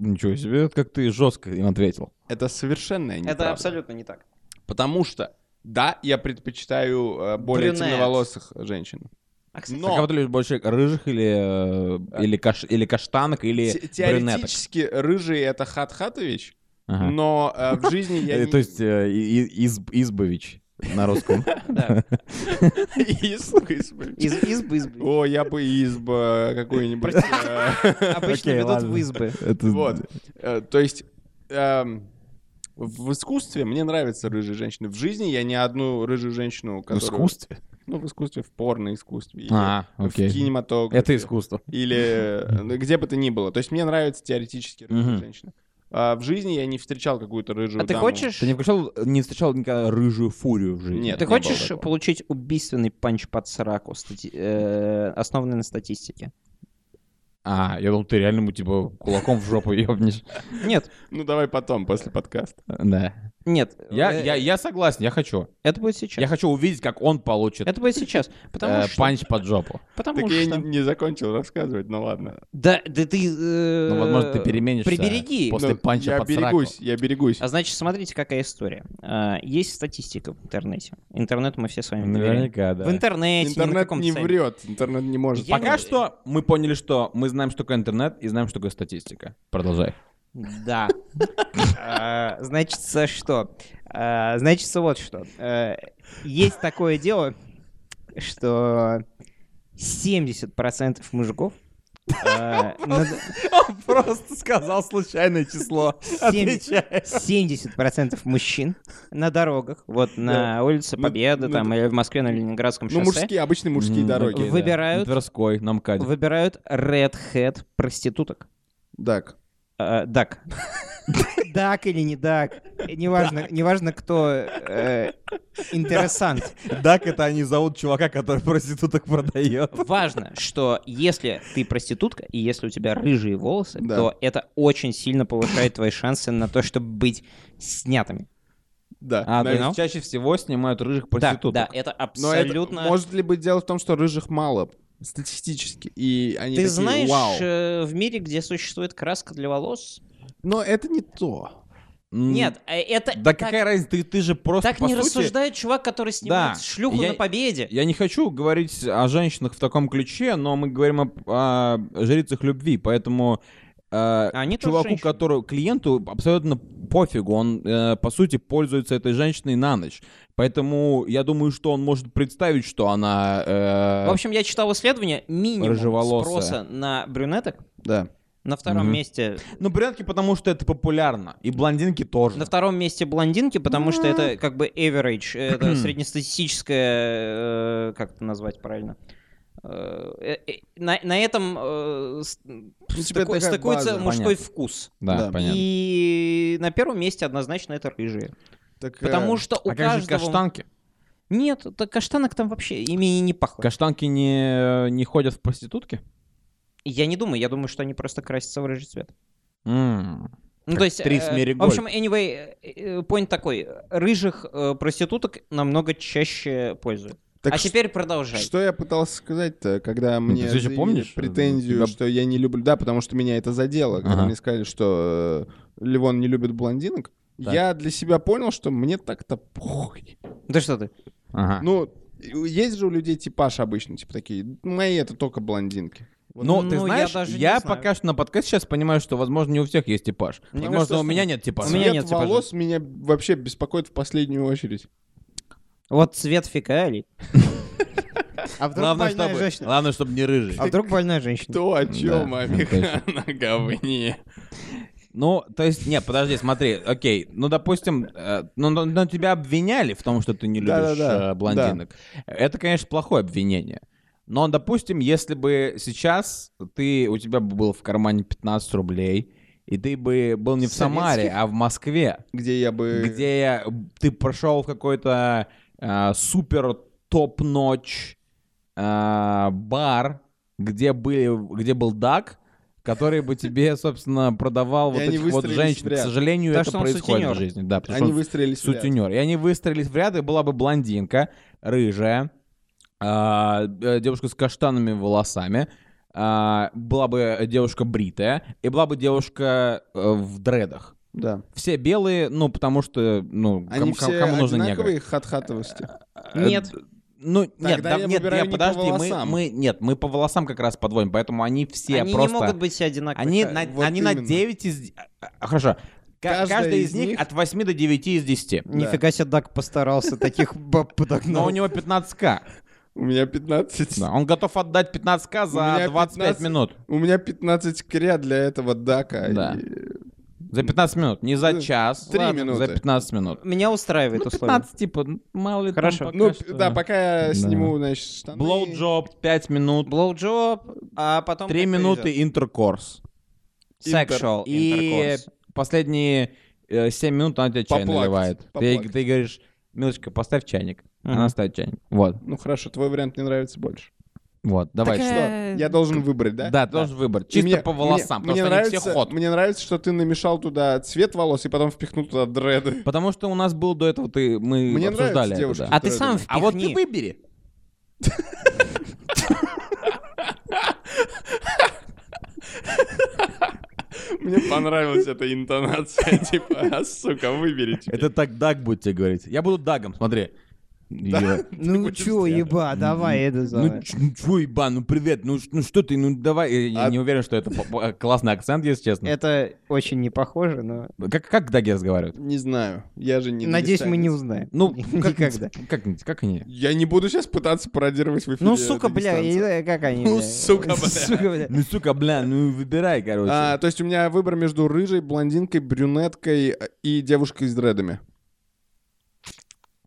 Speaker 4: Ничего себе, как ты жестко им ответил.
Speaker 3: Это совершенная неправда.
Speaker 4: [laughs]
Speaker 5: Это абсолютно не так.
Speaker 3: Потому что, да, я предпочитаю э, более
Speaker 5: Брюнет.
Speaker 3: темноволосых женщин.
Speaker 5: А, кстати,
Speaker 4: Так, а
Speaker 3: Но
Speaker 4: вот любишь больше рыжих или, э, или, каш- или каштанок, или
Speaker 3: те-
Speaker 4: брюнеток?
Speaker 3: теоретически рыжий — это Хат Хатович,
Speaker 4: Ага.
Speaker 3: но э, в жизни я
Speaker 4: [laughs] Э,
Speaker 3: не- [laughs]
Speaker 4: То есть э, и- и- из- избович на русском.
Speaker 5: да.
Speaker 3: Из- из-
Speaker 5: Из избы, избы.
Speaker 3: О, я бы изба какой-нибудь. э,
Speaker 4: [laughs]
Speaker 5: Обычно
Speaker 4: Окей,
Speaker 5: ведут
Speaker 4: ладно.
Speaker 5: в избы.
Speaker 4: Это-
Speaker 3: Вот. Э, То есть эм, в искусстве мне нравятся рыжие женщины. В жизни я ни одну рыжую женщину...
Speaker 4: В
Speaker 3: которую-
Speaker 4: искусстве?
Speaker 3: Ну, в искусстве, в порно-искусстве. или
Speaker 4: А,
Speaker 3: В
Speaker 4: окей.
Speaker 3: кинематографе.
Speaker 4: Это искусство.
Speaker 3: Или э, ну, где бы то ни было. То есть мне нравится теоретически рыжая
Speaker 4: Мгм.
Speaker 3: женщина. А в жизни я не встречал какую-то рыжую
Speaker 5: А ты
Speaker 3: даму.
Speaker 5: хочешь...
Speaker 4: Ты не включал, не встречал никогда рыжую фурию в жизни?
Speaker 3: Нет.
Speaker 5: Ты
Speaker 3: не было
Speaker 5: хочешь
Speaker 3: такого.
Speaker 5: получить убийственный панч под сраку, стати- э, основанный на статистике?
Speaker 4: А, я думал, ты реально ему, типа, кулаком в жопу ёбнешь.
Speaker 5: Нет,
Speaker 3: Ну, давай потом,
Speaker 5: Э,
Speaker 3: после подкаста.
Speaker 4: [laughs] Да.
Speaker 5: нет.
Speaker 4: Я,
Speaker 5: Э,
Speaker 4: я, я согласен, я хочу.
Speaker 5: Это будет сейчас.
Speaker 4: Я хочу увидеть, как он получит
Speaker 5: Это будет сейчас. Потому
Speaker 4: э,
Speaker 5: что...
Speaker 4: панч под жопу.
Speaker 5: Потому
Speaker 3: Так
Speaker 5: что...
Speaker 3: я и не, не закончил рассказывать, ну ладно.
Speaker 5: Да, да ты... э,
Speaker 4: Ну, возможно, ты переменишься
Speaker 5: Прибереги.
Speaker 4: после
Speaker 3: Ну,
Speaker 4: панча
Speaker 3: я
Speaker 4: под
Speaker 3: берегусь,
Speaker 4: сраку.
Speaker 3: я берегусь.
Speaker 5: А значит, смотрите, какая история. А, Есть статистика в интернете. Интернет мы все с вами доверяем.
Speaker 4: Наверняка, да.
Speaker 5: В интернете, ни на
Speaker 3: Интернет
Speaker 5: каком
Speaker 3: не
Speaker 5: сайте.
Speaker 3: врет, интернет не может.
Speaker 5: Я
Speaker 4: Пока
Speaker 5: не-
Speaker 4: что мы поняли, что мы знаем, что такое интернет, и знаем, что такое статистика. Продолжай.
Speaker 5: Да. А, Значит, со что? А, Значит, со вот что. Э, Есть такое дело, что 70% мужиков э, над-
Speaker 4: Он просто сказал случайное число.
Speaker 5: Семь. Отвечай. 70% мужчин на дорогах, вот на улице
Speaker 4: Ну,
Speaker 3: На-
Speaker 5: Победы,
Speaker 3: на-
Speaker 5: там, или в Москве, или в Ленинградском
Speaker 3: Ну,
Speaker 5: шоссе,
Speaker 3: мужские, обычные мужские дороги.
Speaker 5: окей. Выбирают.
Speaker 4: Тверской, на МКАДе.
Speaker 5: выбирают Red Hat проституток.
Speaker 3: Так.
Speaker 5: Э, Дак. Дак или не дак. Неважно, неважно кто э, интересант.
Speaker 4: Дак это они зовут чувака, который проституток продает.
Speaker 5: Важно, что если ты проститутка, и если у тебя рыжие волосы,
Speaker 3: Да.
Speaker 5: то это очень сильно повышает твои шансы на то, чтобы быть снятыми.
Speaker 3: Да.
Speaker 4: А, то
Speaker 3: наверное.
Speaker 4: есть чаще всего снимают рыжих
Speaker 5: Да,
Speaker 4: проституток.
Speaker 5: да, это
Speaker 3: Но это-
Speaker 5: абсолютно...
Speaker 3: может ли быть дело в том, что рыжих мало статистически, и они
Speaker 5: Ты
Speaker 3: такие,
Speaker 5: знаешь,
Speaker 3: вау.
Speaker 5: э, в мире, где существует краска для волос...
Speaker 3: Но это не то.
Speaker 4: М,
Speaker 5: Нет, э, это...
Speaker 4: Да
Speaker 5: так-
Speaker 4: какая разница, ты, ты же просто
Speaker 5: Так
Speaker 4: по
Speaker 5: не
Speaker 4: сути-
Speaker 5: рассуждает чувак, который снимает
Speaker 4: Да,
Speaker 5: шлюху
Speaker 4: я-
Speaker 5: на победе.
Speaker 4: Я не хочу говорить о женщинах в таком ключе, но мы говорим о, о жрицах любви, поэтому э,
Speaker 5: А Они тоже
Speaker 4: чуваку,
Speaker 5: женщины.
Speaker 4: которого клиенту абсолютно пофигу, он э, по сути пользуется этой женщиной на ночь, поэтому я думаю, что он может представить, что она. э,
Speaker 5: В общем, я читал исследование, минимум
Speaker 4: Рыжеволосая.
Speaker 5: спроса на брюнеток
Speaker 3: Да.
Speaker 5: на втором
Speaker 4: Мгм.
Speaker 5: месте.
Speaker 4: Ну брюнетки, потому что это популярно, и блондинки тоже.
Speaker 5: На втором месте блондинки, потому что это как бы average, это среднестатистическое, э, как это назвать правильно. Э, э, э, На, на этом э, с-
Speaker 3: тебя
Speaker 5: стыку-
Speaker 3: такая
Speaker 5: стыкуется
Speaker 3: база.
Speaker 5: мужской вкус.
Speaker 4: Да,
Speaker 3: Да.
Speaker 4: понятно.
Speaker 5: И на первом месте однозначно это рыжие.
Speaker 3: Так,
Speaker 5: Потому
Speaker 3: э,
Speaker 5: что у
Speaker 4: А как же
Speaker 5: каждого...
Speaker 4: каштанки?
Speaker 5: Нет, это каштанок там вообще ими и не пахло.
Speaker 4: Каштанки не, не ходят в проститутки?
Speaker 5: Я не думаю, я думаю, что они просто красятся в рыжий цвет.
Speaker 4: М.
Speaker 5: Ну,
Speaker 4: Как
Speaker 5: то есть,
Speaker 4: Трис
Speaker 5: э, в
Speaker 4: Меригольд.
Speaker 5: общем, anyway, э, э, point такой. Рыжих э, проституток намного чаще пользуют.
Speaker 3: так
Speaker 5: а
Speaker 3: ш-
Speaker 5: теперь продолжай.
Speaker 3: Что я пытался сказать-то, когда мне
Speaker 4: Ну, ты же
Speaker 3: заявили
Speaker 4: помнишь,
Speaker 3: претензию,
Speaker 4: тебя-
Speaker 3: что я не люблю... Да, потому что меня это задело. Когда
Speaker 4: Ага.
Speaker 3: мне сказали, что э, Ливон не любит блондинок,
Speaker 4: Так.
Speaker 3: я для себя понял, что мне так-то похуй.
Speaker 5: Да что ты?
Speaker 4: Ага.
Speaker 3: Ну, есть же у людей типаж обычно, типа такие, мои это только блондинки. Вот.
Speaker 4: Ну,
Speaker 5: Ну,
Speaker 4: ты
Speaker 5: я
Speaker 4: знаешь, я,
Speaker 5: даже не знаю.
Speaker 4: пока что на подкасте сейчас понимаю, что, возможно, не у всех есть типаж.
Speaker 3: Мне
Speaker 4: возможно,
Speaker 3: кажется,
Speaker 4: у меня
Speaker 3: что-
Speaker 4: нет типажа.
Speaker 5: У меня
Speaker 3: Цвет
Speaker 5: нет типажа.
Speaker 3: волос меня вообще беспокоит в последнюю очередь.
Speaker 5: Вот цвет фекалий. А
Speaker 4: Главное, чтобы... Главное, чтобы не рыжий.
Speaker 5: А вдруг больная женщина?
Speaker 3: То, о чем
Speaker 4: Да,
Speaker 3: Амиха [laughs] на говне.
Speaker 4: Ну, то есть, нет, подожди, смотри, окей, ну, допустим, э, ну, ну, ну, тебя обвиняли в том, что ты не любишь
Speaker 3: Да-да-да,
Speaker 4: э, блондинок. Это, конечно, плохое обвинение. Но, допустим, если бы сейчас ты, у тебя бы было в кармане 15 рублей, и ты бы был не в Самаре, а в Москве,
Speaker 3: Где я бы...
Speaker 4: где я- ты прошел в какой-то э, супер топ-ночь э, бар, где, были, где был Дак, который бы тебе, собственно, продавал вот
Speaker 3: И они
Speaker 4: этих вот
Speaker 3: выстрелились в
Speaker 4: женщин. К
Speaker 3: ряд.
Speaker 4: сожалению,
Speaker 5: Потому
Speaker 4: это
Speaker 5: что он
Speaker 4: происходит в
Speaker 5: сутенер.
Speaker 4: жизни. Да, потому
Speaker 3: Они
Speaker 4: что он
Speaker 3: выстрелились в ряд.
Speaker 4: сутенер. И они выстрелились в ряд, и была бы блондинка, рыжая, а, э, девушка с каштанными волосами, а, была бы девушка бритая, и была бы девушка э, в дредах.
Speaker 3: Да.
Speaker 4: Все белые, ну, потому что, ну, ком-
Speaker 3: Они
Speaker 4: ком-
Speaker 3: все
Speaker 4: кому нужны негры?
Speaker 3: одинаковые хат-хатовости.
Speaker 4: Э,
Speaker 5: Нет.
Speaker 4: д- Ну, нет,
Speaker 3: Тогда
Speaker 4: да-
Speaker 3: я
Speaker 4: нет,
Speaker 3: выбираю
Speaker 4: я-
Speaker 3: не по
Speaker 4: подожди, мы,
Speaker 3: волосам.
Speaker 4: мы, нет, мы по волосам как раз подводим, поэтому они все
Speaker 5: Они
Speaker 4: просто...
Speaker 5: не могут быть все одинаковые. Э,
Speaker 4: Они,
Speaker 5: Ха-
Speaker 4: на,
Speaker 3: Э, вот
Speaker 4: они на
Speaker 3: именно.
Speaker 4: 9 из... а, а, Хорошо. Ка-
Speaker 3: Каждая
Speaker 4: Каждая, из,
Speaker 3: из
Speaker 4: них,
Speaker 3: них- Ну.
Speaker 4: от 8 до 9 из 10.
Speaker 5: Нифига себе Дак постарался, таких баб
Speaker 4: Но у
Speaker 5: подогнал.
Speaker 4: него 15к.
Speaker 3: У меня 15.
Speaker 4: Да, он готов отдать 15к
Speaker 3: У
Speaker 4: за
Speaker 3: меня
Speaker 4: 25
Speaker 3: 15.
Speaker 4: минут.
Speaker 3: У меня 15 кря для этого дака.
Speaker 4: Да.
Speaker 3: И-
Speaker 4: За 15 минут. Не за
Speaker 3: Ну,
Speaker 4: час.
Speaker 3: три
Speaker 4: ладно,
Speaker 3: минуты.
Speaker 4: За 15 минут.
Speaker 5: Меня устраивает
Speaker 4: Ну,
Speaker 5: условие.
Speaker 4: 15, типа, ну, мало ли там
Speaker 5: Хорошо.
Speaker 4: пока
Speaker 3: Ну,
Speaker 4: что.
Speaker 3: да, пока Ну я
Speaker 4: Да.
Speaker 3: сниму, значит, штаны.
Speaker 4: Блоуджоп, 5 минут.
Speaker 5: Блоуджоп, а потом...
Speaker 4: 3
Speaker 5: как
Speaker 4: минуты
Speaker 5: повезет.
Speaker 4: интеркорс.
Speaker 5: Sexual
Speaker 4: И
Speaker 5: intercourse.
Speaker 4: последние 7 минут она тебе чай
Speaker 3: Поплакать,
Speaker 4: наливает. Ты,
Speaker 3: поплакать.
Speaker 4: ты говоришь, Милочка, поставь чайник.
Speaker 5: Мгм.
Speaker 4: Она ставит чайник. Вот,
Speaker 3: Ну хорошо, твой вариант мне нравится больше.
Speaker 4: вот, давай.
Speaker 3: Что? Я должен выбрать, э, да?
Speaker 4: Да, ты должен выбрать. Чисто
Speaker 3: Мне-
Speaker 4: по волосам,
Speaker 3: мне-
Speaker 4: потому что
Speaker 3: мне
Speaker 4: они все
Speaker 3: нравится-
Speaker 4: ход.
Speaker 3: Мне нравится, что ты намешал туда цвет волос и потом впихнул туда дреды.
Speaker 4: Потому что у нас был до этого, ты, мы
Speaker 3: Мне нравятся
Speaker 4: обсуждали это,
Speaker 3: девушки.
Speaker 4: да.
Speaker 5: А ты
Speaker 3: Которая
Speaker 5: сам
Speaker 3: думает,
Speaker 5: впихни.
Speaker 4: А вот ты выбери.
Speaker 3: Мне понравилась эта интонация, типа, «А, сука, выбери теперь».
Speaker 4: Это так Даг будет тебе говорить. Я буду Дагом, смотри. Я-
Speaker 5: Ну чё, еба, давай, это
Speaker 4: Ну,
Speaker 5: за-
Speaker 4: ч- ну чё, еба, ну привет, ну, ш- ну что ты, ну давай. Я- Я
Speaker 3: А-
Speaker 4: не уверен, что это по- по- классный акцент, если честно.
Speaker 5: Это очень не похоже, но...
Speaker 4: Как, как Даги разговаривают?
Speaker 3: Не знаю, я же не
Speaker 5: Надеюсь, мы не
Speaker 3: дагестанец.
Speaker 5: узнаем. [laughs]
Speaker 4: Ну, как,
Speaker 5: никогда.
Speaker 4: Как, как они?
Speaker 3: Я не буду сейчас пытаться пародировать в эфире
Speaker 5: Ну, сука, бля, я не
Speaker 3: дагестанца.
Speaker 5: знаю, как они...
Speaker 3: Ну,
Speaker 5: бля.
Speaker 3: сука, бля.
Speaker 5: Сука, бля.
Speaker 4: Ну, сука, бля, ну выбирай, короче.
Speaker 3: А, то есть у меня выбор между рыжей, блондинкой, брюнеткой и девушкой с дредами.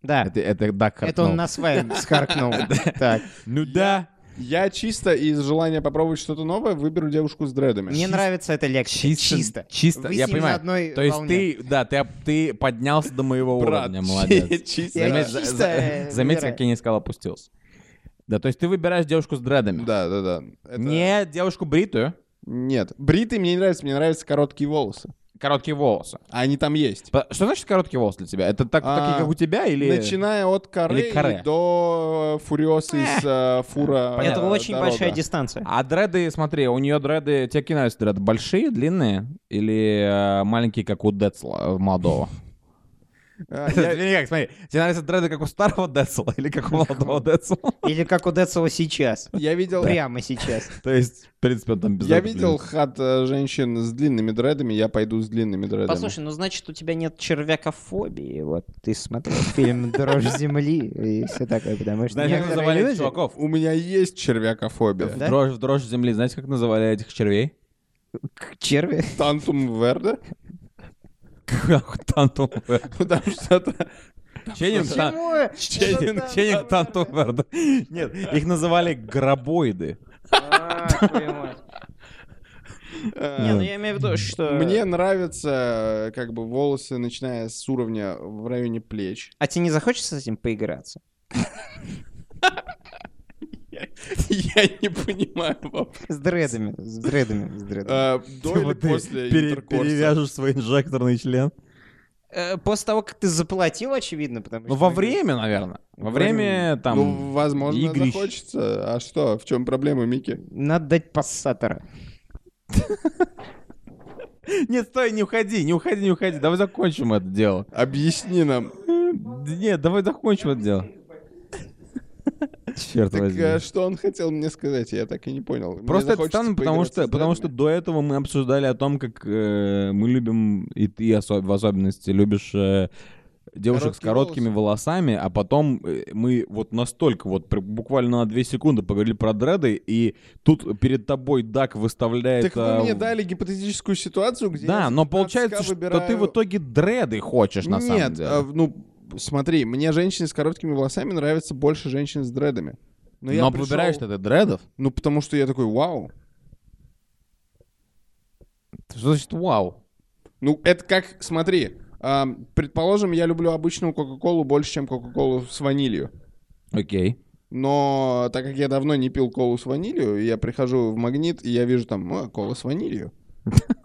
Speaker 5: Да,
Speaker 4: это, А, это Даг
Speaker 5: это
Speaker 4: Хартнелл.
Speaker 5: он нас
Speaker 4: [laughs]
Speaker 5: с вами схаркнул. Так.
Speaker 4: Ну да.
Speaker 3: Я чисто из желания попробовать что-то новое выберу девушку с дредами.
Speaker 5: Мне нравится эта лекция. Чисто.
Speaker 4: Чисто,
Speaker 5: Вы с
Speaker 4: я
Speaker 5: ним на
Speaker 4: понимаю.
Speaker 5: одной
Speaker 4: То есть
Speaker 5: волне.
Speaker 4: ты, да, ты, об- ты поднялся до моего
Speaker 3: Брат, [laughs]
Speaker 4: уровня, молодец.
Speaker 3: чисто.
Speaker 5: Я
Speaker 4: Заметь,
Speaker 5: чисто,
Speaker 4: за- за-
Speaker 5: э,
Speaker 4: заметь,
Speaker 5: выбираю.
Speaker 4: как я не сказал, опустился. Да, то есть ты выбираешь девушку с дредами.
Speaker 3: Да, да, да. Это-
Speaker 4: Не девушку бритую,
Speaker 3: Нет. Бритый мне не нравится, мне нравятся короткие волосы.
Speaker 4: короткие волосы.
Speaker 3: А Они там есть.
Speaker 4: По- Что значит короткие волосы для тебя? Это так,
Speaker 3: А,
Speaker 4: такие, как у тебя, или...
Speaker 3: Начиная от коры
Speaker 4: Или каре.
Speaker 3: до э, фуриосы из э, фура. э,
Speaker 5: Это очень
Speaker 3: дорога.
Speaker 5: большая дистанция.
Speaker 4: А дреды, смотри, у нее дреды... Тебе какие нравятся дреды? Большие, длинные? Или э, маленькие, как у Децла, э,
Speaker 3: [laughs]
Speaker 4: молодого? [laughs]
Speaker 3: Э, я-
Speaker 4: Извини, как, смотри, тебе нравятся дреды, как у старого Децла или как у молодого Децла? [laughs]
Speaker 5: Или как у Децела сейчас.
Speaker 3: Я видел...
Speaker 4: [laughs]
Speaker 5: Прямо сейчас.
Speaker 4: То есть, в принципе, он там без
Speaker 3: Я
Speaker 4: этого
Speaker 3: видел
Speaker 4: длинный.
Speaker 3: хат э, женщин с длинными дредами, я пойду с длинными дредами.
Speaker 5: Послушай, ну значит, у тебя нет червякофобии. Вот ты смотрел фильм [laughs] «Дрожь земли» и все такое, потому что
Speaker 4: Знаете, как
Speaker 5: некоторые
Speaker 4: называли этих
Speaker 5: люди-
Speaker 4: чуваков?
Speaker 3: у меня есть червякофобия.
Speaker 5: Да?
Speaker 4: Дрожь, в дрожь земли. Знаете, как называли этих червей? [laughs]
Speaker 5: К- Черви?
Speaker 3: Тантум верде? [laughs]
Speaker 4: Как Тантум Верде.
Speaker 3: Потому что это...
Speaker 4: Ченин Тан-
Speaker 5: Почему?
Speaker 4: Ченин-
Speaker 5: [laughs]
Speaker 4: Ченин Тантум Верде. Нет, их называли гробоиды.
Speaker 5: А, твою мать.
Speaker 3: э,
Speaker 5: Не, ну я имею в виду, что...
Speaker 3: Мне нравятся э, как бы волосы, начиная с уровня в районе плеч. [laughs]
Speaker 5: А тебе не захочется с этим поиграться?
Speaker 3: Я не понимаю вопрос.
Speaker 5: [laughs] С дредами, с дредами, с дредами.
Speaker 3: Э, До или
Speaker 4: Типа ты
Speaker 3: после
Speaker 4: пере-
Speaker 3: интеркурса?
Speaker 4: перевяжешь свой инжекторный член.
Speaker 5: Э, После того, как ты заплатил, очевидно, потому что...
Speaker 4: Ну, во время, наверное. Во время там
Speaker 3: Ну, возможно,
Speaker 4: игрищ.
Speaker 3: захочется. А что? В чем проблема, Микки?
Speaker 5: Надо дать пассатора.
Speaker 4: Нет, стой, не уходи, не уходи, не уходи. Давай закончим это дело.
Speaker 3: Объясни нам.
Speaker 4: Нет, давай закончим это дело. а, Черт
Speaker 3: Так
Speaker 4: возьми.
Speaker 3: э, что он хотел мне сказать? Я так и не понял. Мне
Speaker 4: Просто это
Speaker 3: захочется
Speaker 4: странно, потому
Speaker 3: поиграться
Speaker 4: что,
Speaker 3: с
Speaker 4: потому что
Speaker 3: дредами.
Speaker 4: до этого мы обсуждали о том, как э, мы любим, и ты осо- в особенности любишь э, девушек с
Speaker 3: Короткие
Speaker 4: короткими волосами, а потом э, мы вот настолько, вот при- буквально на 2 секунды поговорили про дреды, и тут перед тобой Дак выставляет...
Speaker 3: Так вы
Speaker 4: э,
Speaker 3: мне дали гипотетическую ситуацию, где я
Speaker 4: Да,
Speaker 3: за
Speaker 4: но
Speaker 3: 15К
Speaker 4: получается, что ты в
Speaker 3: выбираю-
Speaker 4: итоге дреды хочешь на самом
Speaker 3: Нет,
Speaker 4: деле.
Speaker 3: а, ну, смотри, мне женщины с короткими волосами нравятся больше женщин с дредами.
Speaker 4: Но,
Speaker 3: ну, я пришел-
Speaker 4: выбираешь ты дредов?
Speaker 3: Ну, потому что я такой, вау.
Speaker 4: Что значит вау?
Speaker 3: Ну, это как, смотри, ам, предположим, я люблю обычную Кока-Колу больше, чем Кока-Колу с ванилью.
Speaker 4: Окей.
Speaker 3: Но так как я давно не пил колу с ванилью, я прихожу в магнит, и [laughs] я вижу там, «О, кола с ванилью.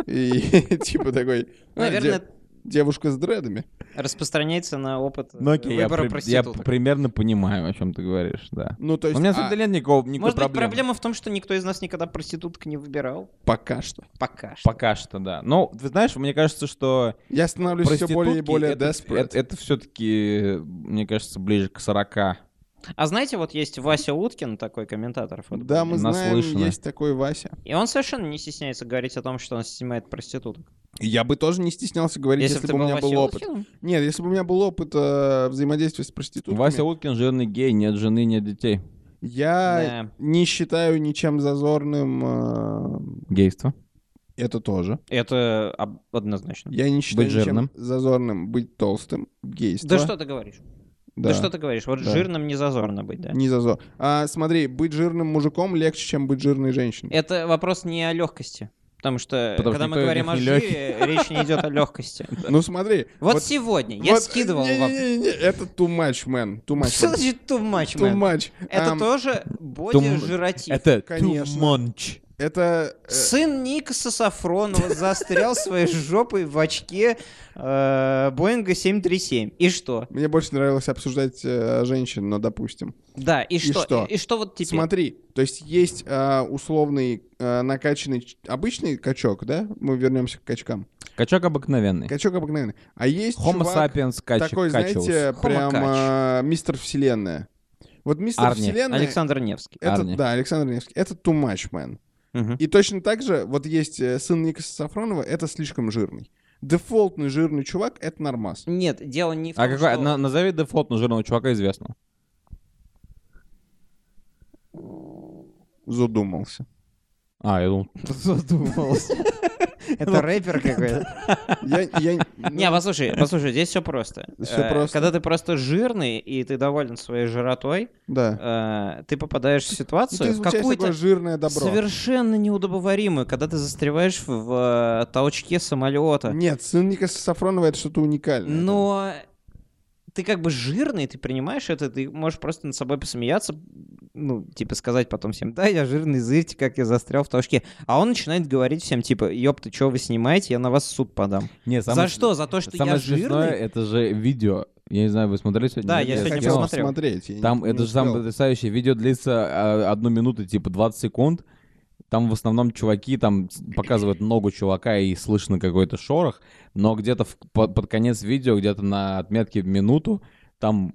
Speaker 3: И типа такой... «А,
Speaker 5: Наверное,
Speaker 3: де- Девушка с дредами.
Speaker 5: Распространяется на опыт э,
Speaker 4: Ну, окей, я,
Speaker 5: выбора
Speaker 4: при- я
Speaker 5: проституток.
Speaker 4: примерно понимаю, о чем ты говоришь, да.
Speaker 3: Ну, то
Speaker 4: У
Speaker 3: есть,
Speaker 4: меня на
Speaker 3: а,
Speaker 4: самом деле нет никакого, никакой
Speaker 5: Может быть,
Speaker 4: проблемы.
Speaker 5: проблема в том, что никто из нас никогда проституток не выбирал?
Speaker 3: пока что.
Speaker 5: Пока что.
Speaker 4: [laughs] Пока что, да. Но, ты знаешь, мне кажется, что
Speaker 3: Я становлюсь все более и
Speaker 4: проститутки
Speaker 3: более
Speaker 4: это,
Speaker 3: desperate.
Speaker 4: Это, все-таки, мне кажется, ближе к 40.
Speaker 5: А знаете, вот есть Вася Уткин, такой комментатор футбольный.
Speaker 3: да, мы знаем,
Speaker 4: наслышаны.
Speaker 3: есть такой Вася.
Speaker 5: И он совершенно не стесняется говорить о том, что он снимает проституток.
Speaker 3: Я бы тоже не стеснялся говорить, если,
Speaker 5: ты
Speaker 3: бы у меня
Speaker 5: Васей
Speaker 3: был опыт.
Speaker 5: Уткиным,
Speaker 3: Нет, если бы у меня был опыт э, взаимодействия с проститутками,
Speaker 4: Вася Уткин жирный гей, нет жены, нет детей.
Speaker 3: я
Speaker 5: да.
Speaker 3: не считаю ничем зазорным
Speaker 4: Гейство.
Speaker 3: э, это тоже.
Speaker 5: Это об- однозначно.
Speaker 3: Я не считаю
Speaker 4: Быть
Speaker 3: ничем
Speaker 4: жирным.
Speaker 3: зазорным быть толстым, гейство.
Speaker 5: Да что ты говоришь?
Speaker 3: Да.
Speaker 5: Да что ты говоришь? Вот
Speaker 3: Да.
Speaker 5: жирным не зазорно быть, да?
Speaker 3: Не зазор. А, смотри, быть жирным мужиком легче, чем быть жирной женщиной.
Speaker 5: Это вопрос не о легкости. Потому что,
Speaker 4: Потому
Speaker 5: когда
Speaker 4: что
Speaker 5: мы
Speaker 4: никто из
Speaker 5: говорим
Speaker 4: них
Speaker 5: о
Speaker 4: не
Speaker 5: жире, речь не идет о легкости.
Speaker 3: Ну смотри.
Speaker 5: Вот, сегодня я
Speaker 3: вот-
Speaker 5: скидывал
Speaker 4: [laughs]
Speaker 5: вам.
Speaker 3: Не-не-не, это too much, man. Too much.
Speaker 5: Что
Speaker 3: man.
Speaker 5: значит too much,
Speaker 3: Too
Speaker 5: man?
Speaker 3: much.
Speaker 5: Это
Speaker 3: Ам,
Speaker 5: тоже боди-жиратив.
Speaker 4: Это
Speaker 3: Конечно.
Speaker 4: much.
Speaker 3: Это... э,
Speaker 5: Сын Никаса Сафронова застрял своей жопой в очке э, Боинга 737. И что?
Speaker 3: Мне больше нравилось обсуждать э, женщин, но допустим.
Speaker 5: Да, и что?
Speaker 3: что?
Speaker 5: И что вот теперь?
Speaker 3: Смотри, то есть есть э, условный э, накачанный ч- обычный качок, да? Мы вернемся к качкам.
Speaker 4: Качок обыкновенный.
Speaker 3: Качок обыкновенный. А есть
Speaker 4: Homo
Speaker 3: чувак
Speaker 4: sapiens качок.
Speaker 3: такой, знаете,
Speaker 5: Homo
Speaker 3: прям
Speaker 5: кач.
Speaker 3: э, мистер вселенная. Вот мистер
Speaker 4: Арни.
Speaker 3: вселенная.
Speaker 5: Александр Невский.
Speaker 3: Это,
Speaker 4: Арни.
Speaker 3: да, Александр Невский. Это too much, man.
Speaker 5: Мгм.
Speaker 3: И точно так же, вот есть э, сын Никаса Сафронова, это слишком жирный. Дефолтный жирный чувак — это нормас.
Speaker 5: Нет, дело не в том,
Speaker 4: А какой,
Speaker 5: что-
Speaker 4: на- назови дефолтно жирного чувака известного.
Speaker 3: Задумался.
Speaker 4: А, я думал, задумался.
Speaker 5: Это рэпер какой-то.
Speaker 3: Я, я- ну,
Speaker 5: Не, послушай, послушай, здесь все просто.
Speaker 3: Всё
Speaker 5: Э,
Speaker 3: просто.
Speaker 5: Когда ты просто жирный и ты доволен своей жиротой,
Speaker 3: да.
Speaker 5: э, ты попадаешь в
Speaker 3: Ну, ты
Speaker 5: ситуацию в
Speaker 3: излучаешь такое
Speaker 5: какую-то
Speaker 3: жирное добро.
Speaker 5: совершенно неудобоваримую, когда ты застреваешь в, э, толчке самолета.
Speaker 3: Нет, сын Никаса Сафронова — это что-то уникальное.
Speaker 5: Но ты как бы жирный, ты принимаешь это, ты можешь просто над собой посмеяться, ну, типа сказать потом всем, да, я жирный, зырьте, как я застрял в толчке. А он начинает говорить всем, типа, ёб ты, чё вы снимаете, я на вас в суд подам.
Speaker 4: Нет,
Speaker 5: За что? За то, что я
Speaker 4: Самое смешное,
Speaker 5: жирный?
Speaker 4: это же видео. Я не знаю, вы смотрели сегодня?
Speaker 5: Да,
Speaker 4: Нет,
Speaker 5: я
Speaker 3: Я
Speaker 5: сегодня
Speaker 4: скинул.
Speaker 3: хотел
Speaker 5: посмотрел.
Speaker 3: посмотреть. я
Speaker 4: Там
Speaker 3: не-
Speaker 4: это
Speaker 3: не
Speaker 4: же самое
Speaker 3: успел.
Speaker 4: потрясающее. Видео длится а, одну минуту, типа 20 секунд. Там в основном чуваки там с- показывают ногу чувака и слышно какой-то шорох, но где-то в- по- под конец видео, где-то на отметке в минуту, там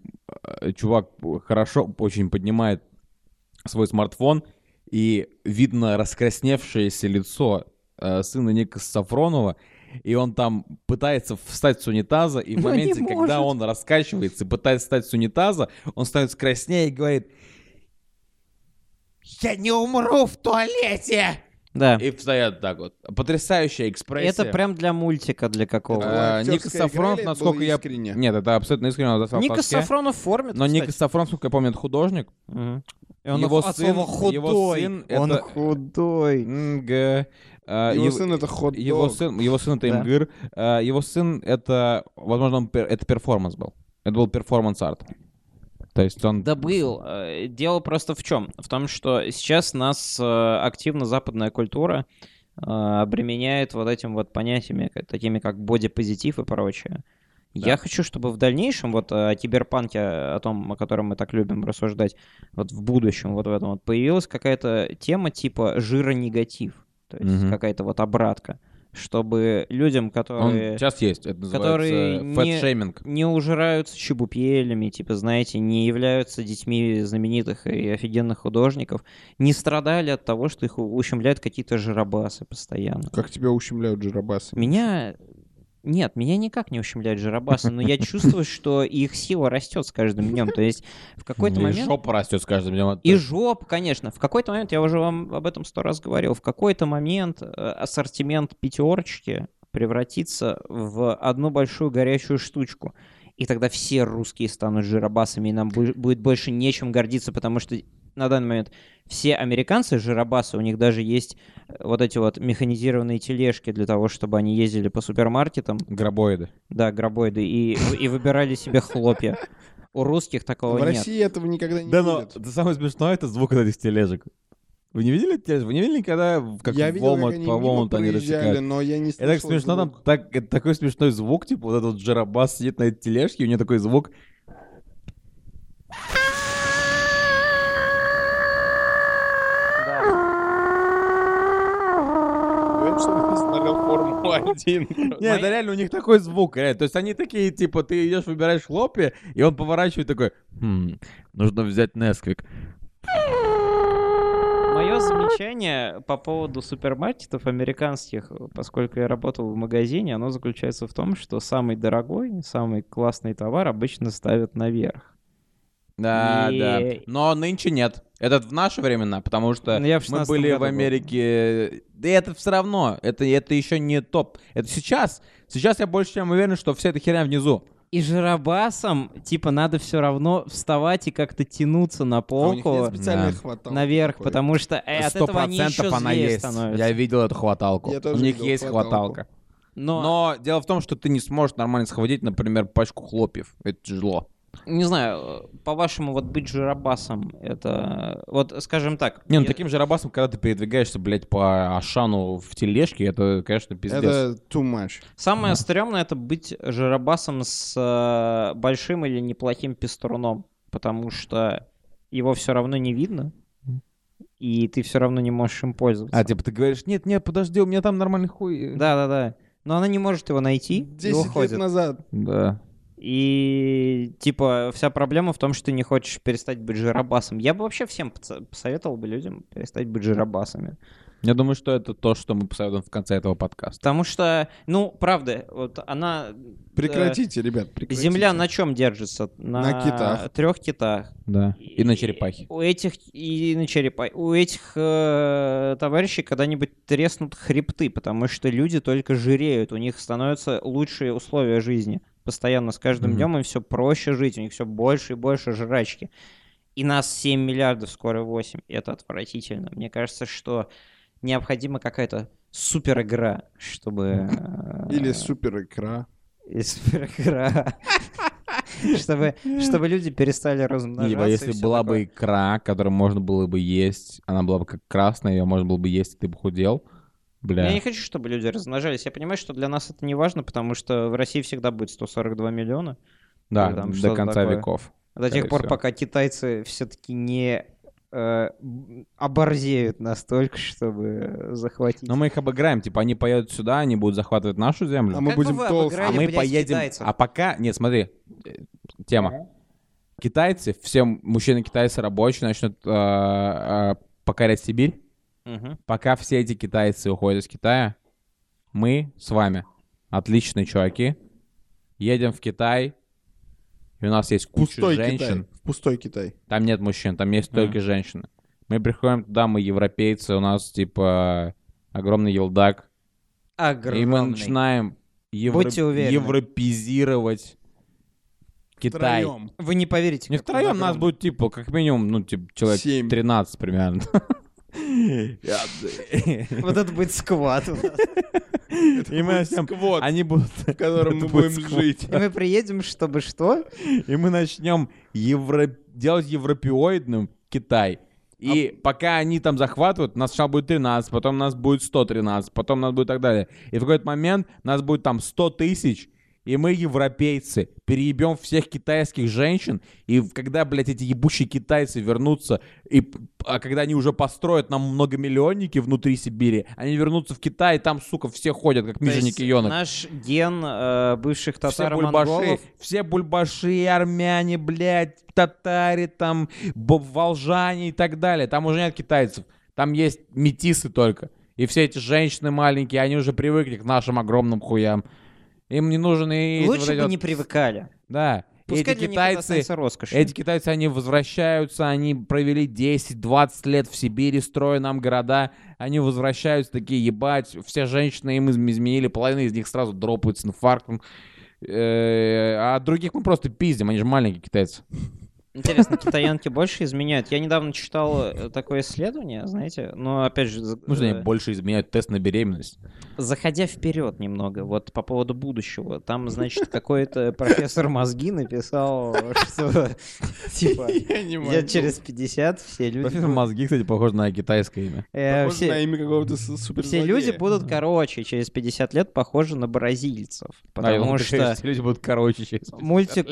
Speaker 4: э, чувак хорошо очень поднимает свой смартфон, и видно раскрасневшееся лицо э, сына Ника Сафронова, и он там пытается встать с унитаза, и в
Speaker 5: Но не
Speaker 4: моменте, когда он
Speaker 5: может.
Speaker 4: раскачивается и пытается встать с унитаза, он становится краснее и говорит «Я не умру в туалете!»
Speaker 5: Да.
Speaker 4: ну, И встает так вот. Потрясающая экспрессия.
Speaker 5: Это прям для мультика, для какого.
Speaker 3: была
Speaker 4: Э,
Speaker 3: актерская
Speaker 4: Ника
Speaker 3: игра
Speaker 4: Сафронов,
Speaker 3: или это
Speaker 4: насколько
Speaker 3: было
Speaker 4: я...
Speaker 3: искренне?
Speaker 4: Нет, это абсолютно искренне. он засрал Э, в
Speaker 5: Ника
Speaker 4: толчке.
Speaker 5: Сафронов формит,
Speaker 4: Но Ника
Speaker 5: кстати.
Speaker 4: Сафронов, насколько я помню, это художник.
Speaker 5: Мгм. И он
Speaker 4: его
Speaker 5: от
Speaker 4: сын-
Speaker 5: слова худой.
Speaker 4: его сын
Speaker 5: он
Speaker 4: это-
Speaker 5: худой.
Speaker 4: М-г. Э,
Speaker 3: Его
Speaker 4: ев-
Speaker 3: сын — это ход
Speaker 4: Его сын, его сын это
Speaker 5: Да.
Speaker 4: имгир. Э, Его сын это, возможно, он пер- это перформанс был. Это был перформанс арт. То есть он.
Speaker 5: Да был. Э, Дело просто в чем? В том, что сейчас нас э, активно западная культура э, обременяет вот этим вот понятиями, как- такими как бодипозитив и прочее. Я хочу, чтобы в дальнейшем, вот э, о киберпанке, о том, о котором мы так любим рассуждать, вот в будущем, вот в этом вот, появилась какая-то тема типа жиронегатив. То есть
Speaker 4: Мгм.
Speaker 5: какая-то вот обратка. Чтобы людям,
Speaker 4: Он
Speaker 5: которые...
Speaker 4: сейчас есть. Это
Speaker 5: которые
Speaker 4: называется
Speaker 5: не-
Speaker 4: фэт-шейминг.
Speaker 5: не ужираются чебупелями, типа, знаете, не являются детьми знаменитых и офигенных художников, не страдали от того, что их у- ущемляют какие-то жиробасы постоянно.
Speaker 3: Как тебя ущемляют жиробасы?
Speaker 5: Меня... Нет, меня никак не ущемляют жиробасы, но я чувствую, что их сила растет с каждым днем. То есть в какой-то
Speaker 4: И
Speaker 5: момент...
Speaker 4: жопа растет с каждым днем.
Speaker 5: И жоп, конечно. В какой-то момент, я уже вам об этом сто раз говорил, в какой-то момент э, ассортимент пятерочки превратится в одну большую горячую штучку. И тогда все русские станут жиробасами, и нам бу- будет больше нечем гордиться, потому что на данный момент все американцы жиробасы, у них даже есть э, вот эти вот механизированные тележки для того, чтобы они ездили по супермаркетам,
Speaker 4: Гробоиды.
Speaker 5: да, гробоиды, и, и выбирали себе хлопья. У русских такого
Speaker 3: В
Speaker 5: нет.
Speaker 3: России этого никогда не будет.
Speaker 4: самое смешное это звук этих тележек.
Speaker 6: Вы не видели этот телес? Вы не видели никогда, в- как
Speaker 3: я
Speaker 6: в
Speaker 3: видел,
Speaker 6: Walmart,
Speaker 3: как они
Speaker 6: по
Speaker 3: мимо
Speaker 6: Walmart они
Speaker 3: проезжали,
Speaker 6: рассекают?
Speaker 3: но я не
Speaker 6: Это
Speaker 3: слышал
Speaker 6: так смешно, там
Speaker 3: звук.
Speaker 6: так, это такой смешной звук, типа вот этот вот жарабас сидит на этой тележке, и у него такой звук.
Speaker 3: Говорят, что он смотрел Формулу-1.
Speaker 6: Нет, это реально у них такой звук, реально. То есть они такие, типа, ты идешь, выбираешь хлопья, и он поворачивает такой, «Хм, нужно взять Несквик.
Speaker 5: Мое замечание по поводу супермаркетов американских, поскольку я работал в магазине, оно заключается в том, что самый дорогой, самый классный товар обычно ставят наверх.
Speaker 4: Да,
Speaker 5: И-
Speaker 4: да. Но нынче нет. Это в наши времена, потому что
Speaker 5: Ну, я в
Speaker 4: мы
Speaker 5: 16-м
Speaker 4: были
Speaker 5: году
Speaker 4: в
Speaker 5: был.
Speaker 4: Америке. Да и это все равно. Это, это еще не топ. Это сейчас. Сейчас я больше чем уверен, что вся эта херня внизу.
Speaker 5: И жиробасам, типа, надо все равно вставать и как-то тянуться на
Speaker 3: А у них нет
Speaker 5: полку
Speaker 3: специальных
Speaker 6: Да.
Speaker 3: хваталок
Speaker 5: наверх,
Speaker 3: такой.
Speaker 5: потому что э, от
Speaker 4: Сто
Speaker 5: этого они еще
Speaker 4: процентов она
Speaker 5: злее
Speaker 4: есть.
Speaker 5: становятся.
Speaker 4: Я видел эту хваталку.
Speaker 3: Я
Speaker 4: У
Speaker 3: тоже
Speaker 4: них
Speaker 3: видел
Speaker 4: есть хваталка.
Speaker 3: хваталку.
Speaker 5: Но,
Speaker 4: Но дело в том, что ты не сможешь нормально схватить, например, пачку хлопьев. Это тяжело.
Speaker 5: не знаю, э, по-вашему, вот быть жиробасом, это... Вот, скажем так...
Speaker 4: Не, ну
Speaker 5: я-
Speaker 4: таким же рабасом, когда ты передвигаешься, блядь, по Ашану в тележке, это, конечно, пиздец.
Speaker 3: Это too much.
Speaker 5: Самое стрёмное — это быть жиробасом с э, большим или неплохим пеструном, потому что его все равно не видно, и ты все равно не можешь им пользоваться.
Speaker 6: А, типа, ты говоришь, нет, нет, подожди, у меня там нормальный
Speaker 4: э,
Speaker 6: хуй.
Speaker 5: Да-да-да. Но она не может его найти и
Speaker 3: 10 лет
Speaker 5: уходит.
Speaker 3: назад.
Speaker 6: Да.
Speaker 5: И, типа, вся проблема в том, что ты не хочешь перестать быть жиробасом. Я бы вообще всем пос- посоветовал бы людям перестать быть жиробасами.
Speaker 4: Я думаю, что это то, что мы посоветуем в конце этого подкаста.
Speaker 5: Потому что, ну, правда, вот она... э,
Speaker 3: Прекратите, ребят, прекратите.
Speaker 5: Земля на чем держится?
Speaker 3: На китах.
Speaker 5: трех китах.
Speaker 4: Да. И на черепахе.
Speaker 5: У этих и на черепахе. У этих э, товарищей когда-нибудь треснут хребты, потому что люди только жиреют, у них становятся лучшие условия жизни. Постоянно с каждым
Speaker 4: Мгм.
Speaker 5: днем им все проще жить, у них все больше и больше жрачки. И нас 7 миллиардов, скоро 8. Это отвратительно. Мне кажется, что необходима какая-то супер игра, чтобы... э,
Speaker 3: Или супер икра.
Speaker 5: и супер-игра. [laughs] Чтобы, чтобы люди перестали размножаться.
Speaker 4: Либо
Speaker 5: и
Speaker 4: типа, если
Speaker 5: всё
Speaker 4: была бы
Speaker 5: такое.
Speaker 4: икра, которую можно было бы есть, она была бы как красная, ее можно было бы есть, и ты бы худел.
Speaker 5: Я
Speaker 4: Бля.
Speaker 5: не хочу, чтобы люди размножались. Я понимаю, что для нас это не важно, потому что в России всегда будет 142 миллиона.
Speaker 4: Да,
Speaker 5: или там
Speaker 4: до
Speaker 5: что-то
Speaker 4: конца
Speaker 5: такое.
Speaker 4: веков.
Speaker 5: До
Speaker 4: Скорее
Speaker 5: тех пор,
Speaker 4: всего.
Speaker 5: пока китайцы все-таки не э, б- оборзеют настолько, чтобы захватить.
Speaker 4: Но мы их обыграем, типа они поедут сюда, они будут захватывать нашу землю.
Speaker 3: А мы
Speaker 5: Как бы
Speaker 3: будем
Speaker 5: вы
Speaker 3: толстые.
Speaker 5: обыграли?
Speaker 4: А мы
Speaker 5: блядь,
Speaker 4: поедем...
Speaker 5: китайцев.
Speaker 4: А пока... Нет, смотри, э, тема. Китайцы, все мужчины-китайцы рабочие начнут э, э, покорять Сибирь.
Speaker 5: Мгм.
Speaker 4: пока все эти китайцы уходят из Китая, мы с вами, отличные чуваки, едем в Китай, и у нас есть куча
Speaker 3: Пустой
Speaker 4: женщин.
Speaker 3: Китай. В пустой Китай.
Speaker 4: Там нет мужчин, там есть только женщины. Мы приходим туда, мы европейцы, у нас типа огромный елдак. И мы
Speaker 5: Огромный.
Speaker 4: начинаем евро-
Speaker 5: Будьте уверены.
Speaker 4: европезировать Китай.
Speaker 3: Втроём.
Speaker 5: Вы не поверите.
Speaker 4: Не
Speaker 5: как он
Speaker 4: втроем нас
Speaker 5: огромный.
Speaker 4: будет, типа, как минимум, ну, типа, человек
Speaker 3: Семь.
Speaker 4: 13
Speaker 3: [laughs]
Speaker 4: примерно.
Speaker 5: Вот это будет сквад. у нас.
Speaker 3: [laughs]
Speaker 4: И мы начнем...
Speaker 3: Сквот,
Speaker 4: Они будут...
Speaker 3: в котором
Speaker 4: это
Speaker 3: мы
Speaker 4: будет
Speaker 3: будем
Speaker 4: сквот.
Speaker 3: жить. [laughs]
Speaker 5: И мы приедем, чтобы что?
Speaker 4: И мы начнем евро- делать европеоидным Китай.
Speaker 3: А
Speaker 4: И пока они там захватывают, нас сначала будет 13, потом нас будет 113, потом нас будет так далее. И в какой-то момент нас будет там 100 тысяч, и мы, европейцы, переебем всех китайских женщин, и в- когда, блядь, эти ебучие китайцы вернутся, и п- а когда они уже построят нам многомиллионники внутри Сибири, они вернутся в Китай, и там, сука, все ходят, как
Speaker 5: То есть
Speaker 4: миженики ионок.
Speaker 5: Наш ген э, бывших
Speaker 4: Все
Speaker 5: татаро-монголов.
Speaker 4: бульбаши, все бульбаши, армяне, блядь, татари, там, бо- волжане и так далее. Там уже нет китайцев. Там есть метисы только. И все эти женщины маленькие, они уже привыкли к нашим огромным хуям. Им не нужен и... вот
Speaker 5: Лучше
Speaker 4: эти
Speaker 5: бы
Speaker 4: вот-
Speaker 5: не привыкали.
Speaker 4: Да. И
Speaker 5: Пускай
Speaker 4: Эти
Speaker 5: для них это
Speaker 4: китайцы,
Speaker 5: останется
Speaker 4: [laughs]
Speaker 5: роскошью.
Speaker 4: эти китайцы, они возвращаются, они провели 10-20 лет в Сибири, строя нам города. Они возвращаются такие, ебать, все женщины им изм- изменили, половина из них сразу дропают с инфарктом. Э, А других мы просто пиздим, они же маленькие китайцы.
Speaker 5: Интересно, китаянки больше изменяют? Я недавно читал э, такое исследование, знаете, но опять же, за-
Speaker 4: Нужно
Speaker 5: э,
Speaker 4: им больше изменять тест на беременность.
Speaker 5: заходя вперед немного, вот по поводу будущего, там, значит, какой-то [laughs] профессор мозги написал, [laughs] что типа
Speaker 3: Я не могу.
Speaker 5: лет через 50 все люди...
Speaker 4: Профессор мозги, кстати, похож на китайское имя.
Speaker 5: э,
Speaker 3: Похоже на
Speaker 5: Все
Speaker 3: имя какого-то с-
Speaker 5: все
Speaker 3: суперзлодея.
Speaker 5: люди будут короче через 50 лет похожи на бразильцев,
Speaker 4: А,
Speaker 5: потому что
Speaker 4: люди будут короче через...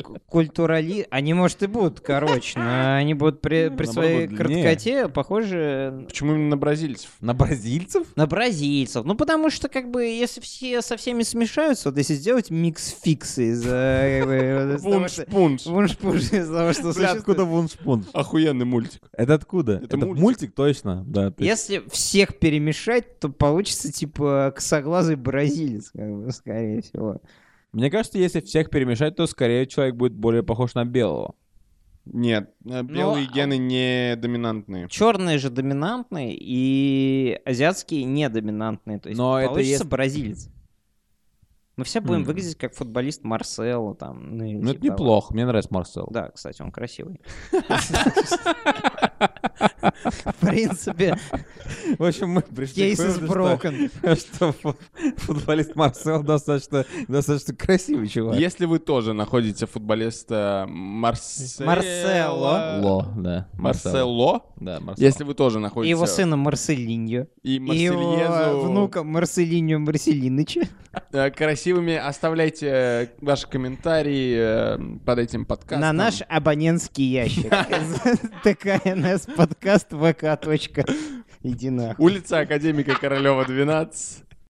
Speaker 5: мультикультурали... Они, может, и будут короче, но они будут при, при
Speaker 4: Наоборот,
Speaker 5: своей
Speaker 4: Ну, длиннее.
Speaker 5: краткоте похожи
Speaker 3: Почему именно бразильцев?
Speaker 4: На бразильцев?
Speaker 5: на бразильцев. Ну, потому что, как бы, если все со всеми смешаются, вот если сделать микс-фикс из... э, как бы, вот из того,
Speaker 3: Пунш,
Speaker 5: что-
Speaker 3: пунш.
Speaker 5: Вунш-пунш из того, что
Speaker 4: Бля, откуда
Speaker 5: существует.
Speaker 4: вуншпунш?
Speaker 3: Охуенный мультик.
Speaker 4: Это откуда? Это,
Speaker 3: Это
Speaker 4: мультик.
Speaker 3: мультик.
Speaker 4: точно, да. ты-
Speaker 5: Если всех перемешать, то получится, типа, косоглазый бразилец, как бы, скорее всего.
Speaker 4: Мне кажется, если всех перемешать, то скорее человек будет более похож на белого.
Speaker 3: Нет, э, белые
Speaker 5: а-
Speaker 3: гены не доминантные.
Speaker 5: Черные же доминантные и азиатские недоминантные. То есть
Speaker 4: Но это
Speaker 5: получится
Speaker 4: если-
Speaker 5: бразилец. Мы все будем
Speaker 4: М.
Speaker 5: выглядеть как футболист Марсело там. Ну, или
Speaker 4: Ну, это
Speaker 5: типа того.
Speaker 4: неплохо. Мне нравится Марсел.
Speaker 5: Да, кстати, он красивый. В принципе,
Speaker 4: В общем, мы пришли
Speaker 5: кейс
Speaker 4: к выводу,
Speaker 5: broken.
Speaker 4: что, что фу- футболист Марсел достаточно, достаточно красивый чувак.
Speaker 3: Если вы тоже находите футболиста Марсело...
Speaker 5: Марсело.
Speaker 4: Ло, да. Марсел.
Speaker 3: Марсело.
Speaker 4: Да, Марсел.
Speaker 3: Если вы тоже
Speaker 5: И
Speaker 3: находите...
Speaker 5: его сына Марселиньо.
Speaker 3: И
Speaker 5: И его
Speaker 3: Марсельезу...
Speaker 5: внука Марселиньо Марселиныча.
Speaker 3: э, Красивыми оставляйте э, ваши комментарии э, под этим подкастом.
Speaker 5: На наш абонентский ящик. ТКНС подкаст ВК. Иди нахуй. [laughs]
Speaker 3: Улица Академика Королева, 12.